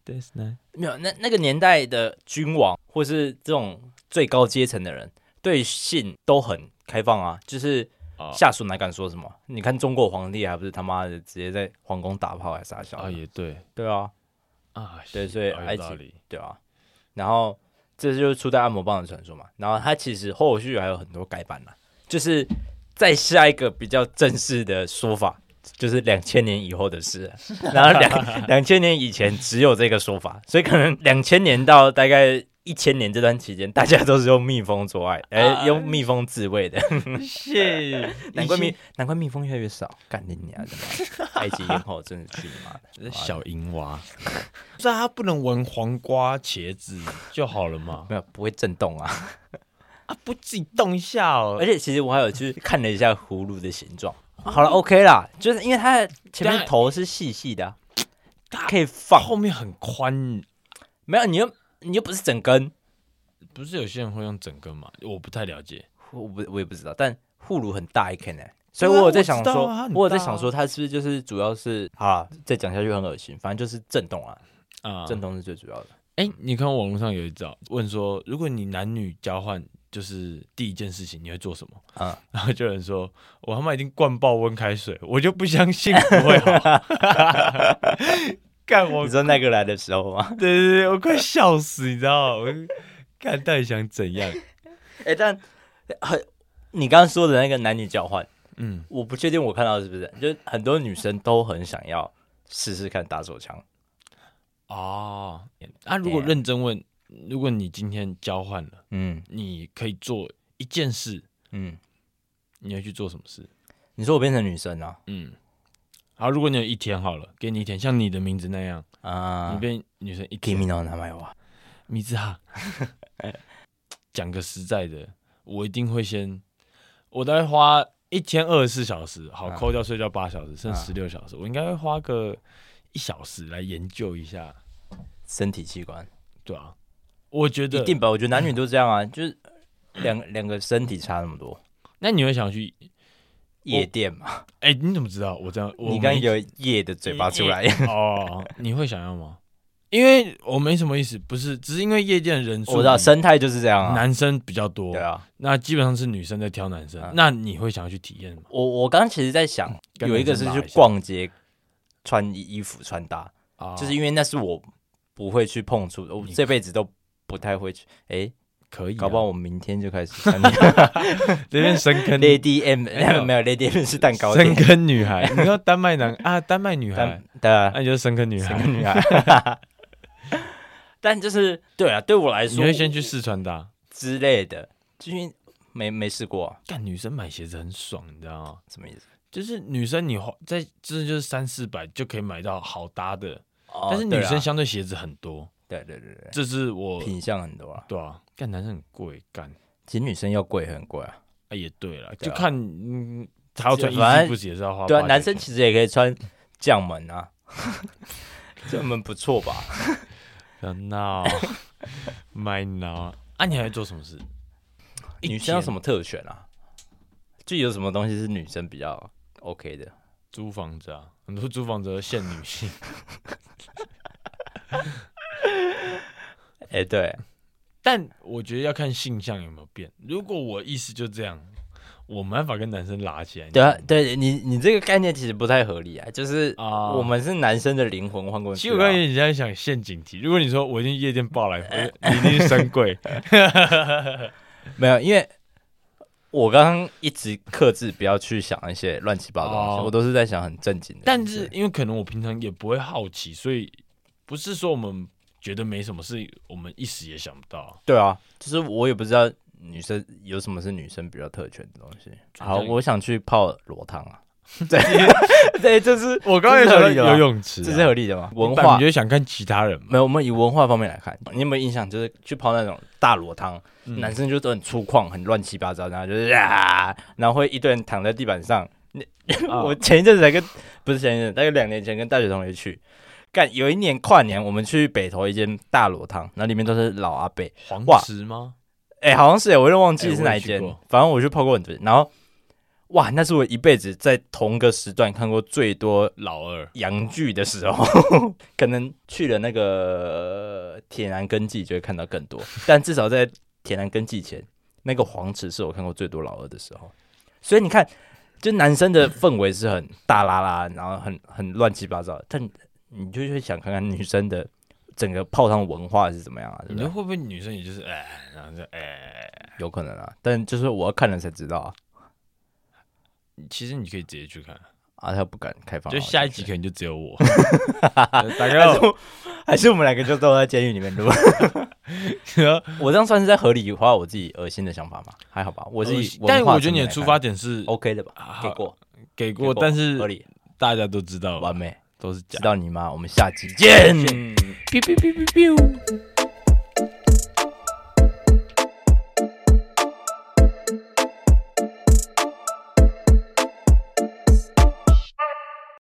Speaker 1: 没有，那那个年代的君王或是这种最高阶层的人，对性都很开放啊，就是
Speaker 2: 哦
Speaker 1: 下属哪敢说什么？你看中国皇帝还不是他妈的直接在皇宫打炮还傻笑？
Speaker 2: 啊也对
Speaker 1: 对啊，
Speaker 2: 啊，
Speaker 1: 对
Speaker 2: 是
Speaker 1: 所以
Speaker 2: 哦有
Speaker 1: 埃及
Speaker 2: 道理
Speaker 1: 对啊。然后这就是初代按摩棒的传说嘛。然后它其实后续还有很多改版啦，就是在下一个比较正式的说法。就是两千年以后的事了，然后 两两千年以前只有这个说法，所以可能两千年到大概一千年这段期间，大家都是用蜜蜂做爱，哎、
Speaker 2: 啊
Speaker 1: 用蜜蜂自慰 的，
Speaker 2: 谢，
Speaker 1: 难怪蜜难怪蜜蜂越来越少，干你娘的 妈！埃及艳后真的去你妈的！
Speaker 2: 小银娃， 不是啊他不能闻黄瓜、茄子就好 了嘛？
Speaker 1: 没有不会震动啊，
Speaker 2: 啊，不自己动一下哦
Speaker 1: 而。且其实我还有去看了一下葫芦的形状。好了，OK 啦，就是因为它的前面头是细细的啊、
Speaker 2: 它
Speaker 1: 可以放。
Speaker 2: 后面很宽，
Speaker 1: 没有，你又你又不是整根，
Speaker 2: 不是有些人会用整根嘛？我不太了解。
Speaker 1: 我不我也不知道，但葫芦很大一根呢、所以
Speaker 2: 对啊
Speaker 1: 我有在想
Speaker 2: 我知
Speaker 1: 说，
Speaker 2: 道啊它很大啊
Speaker 1: 我有在想说，它是不是就是主要是啊？再讲下去很恶心，反正就是震动啊，
Speaker 2: 啊，
Speaker 1: 震动是最主要的。
Speaker 2: 哎、你看网络上有一招问说，如果你男女交换，就是第一件事情你会做什么？
Speaker 1: 嗯
Speaker 2: 然后就有人说，我他妈已经灌爆温开水，我就不相信不会好。 干我
Speaker 1: 你，说那个来的时候吗？
Speaker 2: 对对对，我快笑死，你知道吗？我看到底想怎样？
Speaker 1: 哎、但很你刚刚说的那个男女交换，
Speaker 2: 嗯，
Speaker 1: 我不确定我看到的是不是，就是很多女生都很想要试试看打手枪。
Speaker 2: 哦，那、如果
Speaker 1: 对啊
Speaker 2: 认真问，如果你今天交换了，
Speaker 1: 嗯
Speaker 2: 你可以做一件事，
Speaker 1: 嗯，
Speaker 2: 你会去做什么事？
Speaker 1: 你说我变成女生啊了
Speaker 2: 嗯，好，如果你有一天好了，给你一天，像你的名字那样，
Speaker 1: 啊
Speaker 2: 你？变女生一
Speaker 1: 给
Speaker 2: 天，
Speaker 1: 米诺男朋友啊？
Speaker 2: 米字哈。讲个实在的，我一定会先，我大概花一天二十四小时，好
Speaker 1: 啊
Speaker 2: 扣掉睡觉八小时，剩
Speaker 1: 啊
Speaker 2: 十六小时，我应该会花个一小时来研究一下，
Speaker 1: 身体器官
Speaker 2: 对啊，我觉得
Speaker 1: 一定吧？我觉得男女都这样啊，就是两两个身体差那么多，
Speaker 2: 那你会想去？
Speaker 1: 夜店嘛。
Speaker 2: 哎、你怎么知道我这样？我
Speaker 1: 你刚
Speaker 2: 没
Speaker 1: 有夜的嘴巴出来，
Speaker 2: 哦，你会想要吗？因为我没什么意思，不是，只是因为夜店的人 数，
Speaker 1: 我知道生态就是这样啊。
Speaker 2: 男生比较多，
Speaker 1: 对啊，
Speaker 2: 那基本上是女生在挑男生，
Speaker 1: 啊
Speaker 2: 那你会想要去体验吗？
Speaker 1: 我我刚刚其实在想，
Speaker 2: 跟
Speaker 1: 有一个
Speaker 2: 男
Speaker 1: 是
Speaker 2: 生打
Speaker 1: 去
Speaker 2: 一下
Speaker 1: 逛街穿衣衣服穿搭，
Speaker 2: 啊
Speaker 1: 就是因为那是我不会去碰触的，我
Speaker 2: 你
Speaker 1: 这辈子都不太会去。哎，
Speaker 2: 可以、啊，
Speaker 1: 搞不好我们明天就开始穿那
Speaker 2: 这 边深
Speaker 1: 个
Speaker 2: 坑
Speaker 1: Lady M，
Speaker 2: 没有
Speaker 1: 没有 Lady M 是蛋糕
Speaker 2: 深
Speaker 1: 店，
Speaker 2: 坑女孩，你要丹麦男啊，丹麦女孩
Speaker 1: 但，对啊
Speaker 2: 那、，你就是深坑女
Speaker 1: 深
Speaker 2: 孩，
Speaker 1: 坑女孩。但就是对啊，对我来
Speaker 2: 你
Speaker 1: 说，
Speaker 2: 会先去试穿搭。
Speaker 1: 之类的，因为没没试过啊、
Speaker 2: 干女生买鞋子很爽，你知道吗？
Speaker 1: 什么意思？
Speaker 2: 就是女生你花在这就是三四百就可以买到好搭的，
Speaker 1: 哦
Speaker 2: 但是
Speaker 1: 对
Speaker 2: 女
Speaker 1: 啦
Speaker 2: 生相对鞋子很多，
Speaker 1: 对对对对
Speaker 2: 这是我
Speaker 1: 对，品相很多啊。
Speaker 2: 对啊，干男生很贵，干
Speaker 1: 其实女生要贵很贵啊。
Speaker 2: 啊也对了，
Speaker 1: 对啊
Speaker 2: 就看嗯，他要穿衣
Speaker 1: 反正
Speaker 2: 服不是也是要花
Speaker 1: 对啊，
Speaker 2: 800
Speaker 1: 男生其实也可以穿降门啊，降门不错吧？
Speaker 2: 不要闹，卖闹啊！你还会做什么事？
Speaker 1: 女生要什
Speaker 2: 么？
Speaker 1: 么特权啊？就有什么东西是女生比较 OK 的？
Speaker 2: 租房子啊，很多租房子的限女性，
Speaker 1: 哎、对，
Speaker 2: 但我觉得要看性向有没有变。如果我意思就这样，我没办法跟男生拉起来。
Speaker 1: 对啊
Speaker 2: 你，知
Speaker 1: 对你你这个概念其实不太合理啊，就是
Speaker 2: 道吗啊，
Speaker 1: 我们是男生的灵魂换过
Speaker 2: 其
Speaker 1: 去、
Speaker 2: 实
Speaker 1: 啊
Speaker 2: 我。刚才也在想陷阱题。如果你说我一定夜店爆来，
Speaker 1: 呃
Speaker 2: 我你一定是神鬼，
Speaker 1: 没有，因为我刚刚一直克制不要去想一些乱七八糟的东西，
Speaker 2: 哦
Speaker 1: 我都是在想很正经的。
Speaker 2: 但是因为可能我平常也不会好奇，所以不是说我们觉得没什么事，我们一时也想不到。
Speaker 1: 对啊，就是我也不知道女生有什么是女生比较特权的东西。好，我想去泡裸汤 啊。对，对，这是
Speaker 2: 我
Speaker 1: 刚才想到游
Speaker 2: 泳池
Speaker 1: 这是合理的吗？文
Speaker 2: 啊感
Speaker 1: 化
Speaker 2: 觉想看其他 人嘛？
Speaker 1: 没有，我们以文化方面来看，你有没有印象？就是去泡那种大裸汤，
Speaker 2: 嗯
Speaker 1: 男生就都很粗犷，很乱七八糟，然后就是啊，然后会一堆人躺在地板上，
Speaker 2: 啊
Speaker 1: 我前一阵子才跟不是前一阵子，大概两年前跟大学同学去干，有一年跨年我们去北投一间大裸汤，然后里面都是老阿伯，
Speaker 2: 黄
Speaker 1: 哇
Speaker 2: 池吗？
Speaker 1: 哎、好像是哎，我有点忘记
Speaker 2: 哎
Speaker 1: 是
Speaker 2: 我也
Speaker 1: 哪一
Speaker 2: 去
Speaker 1: 间，
Speaker 2: 过
Speaker 1: 反正我去泡过很多，然后哇，那是我一辈子在同个时段看过最多
Speaker 2: 老二
Speaker 1: 洋剧的时候， 可能去了那个呃铁男根记就会看到更多，但至少在铁男根记前，那个黄池是我看过最多老二的时候，所以你看，就男生的氛围是很大啦啦，然后很很乱七八糟的，但你就会想看看女生的整个泡汤文化是怎么样啊，对
Speaker 2: 你
Speaker 1: 不
Speaker 2: 说
Speaker 1: 对？
Speaker 2: 会不会女生也就是哎，然后就哎，
Speaker 1: 有可能啊，但就是我要看了才知道啊，
Speaker 2: 其实你可以直接去看，
Speaker 1: 啊，他不敢开放啊，
Speaker 2: 就下一集
Speaker 1: 我
Speaker 2: 可
Speaker 1: 觉得。
Speaker 2: 能就只有我，大概
Speaker 1: 还是我 还是我们两个就都在监狱里面录。我这样算是在合理化我自己恶心的想法吗？还好吧， 我自己文化层面来
Speaker 2: 但
Speaker 1: 看。
Speaker 2: 我觉得你的出发点是
Speaker 1: OK 的吧？
Speaker 2: 啊
Speaker 1: 给过，
Speaker 2: 给
Speaker 1: 给
Speaker 2: 过，但
Speaker 1: 合
Speaker 2: 是
Speaker 1: 理
Speaker 2: 大家都知道
Speaker 1: 完美，
Speaker 2: 都是假
Speaker 1: 嗯知。道你妈，我们下期见。
Speaker 2: 哔哔哔哔哔。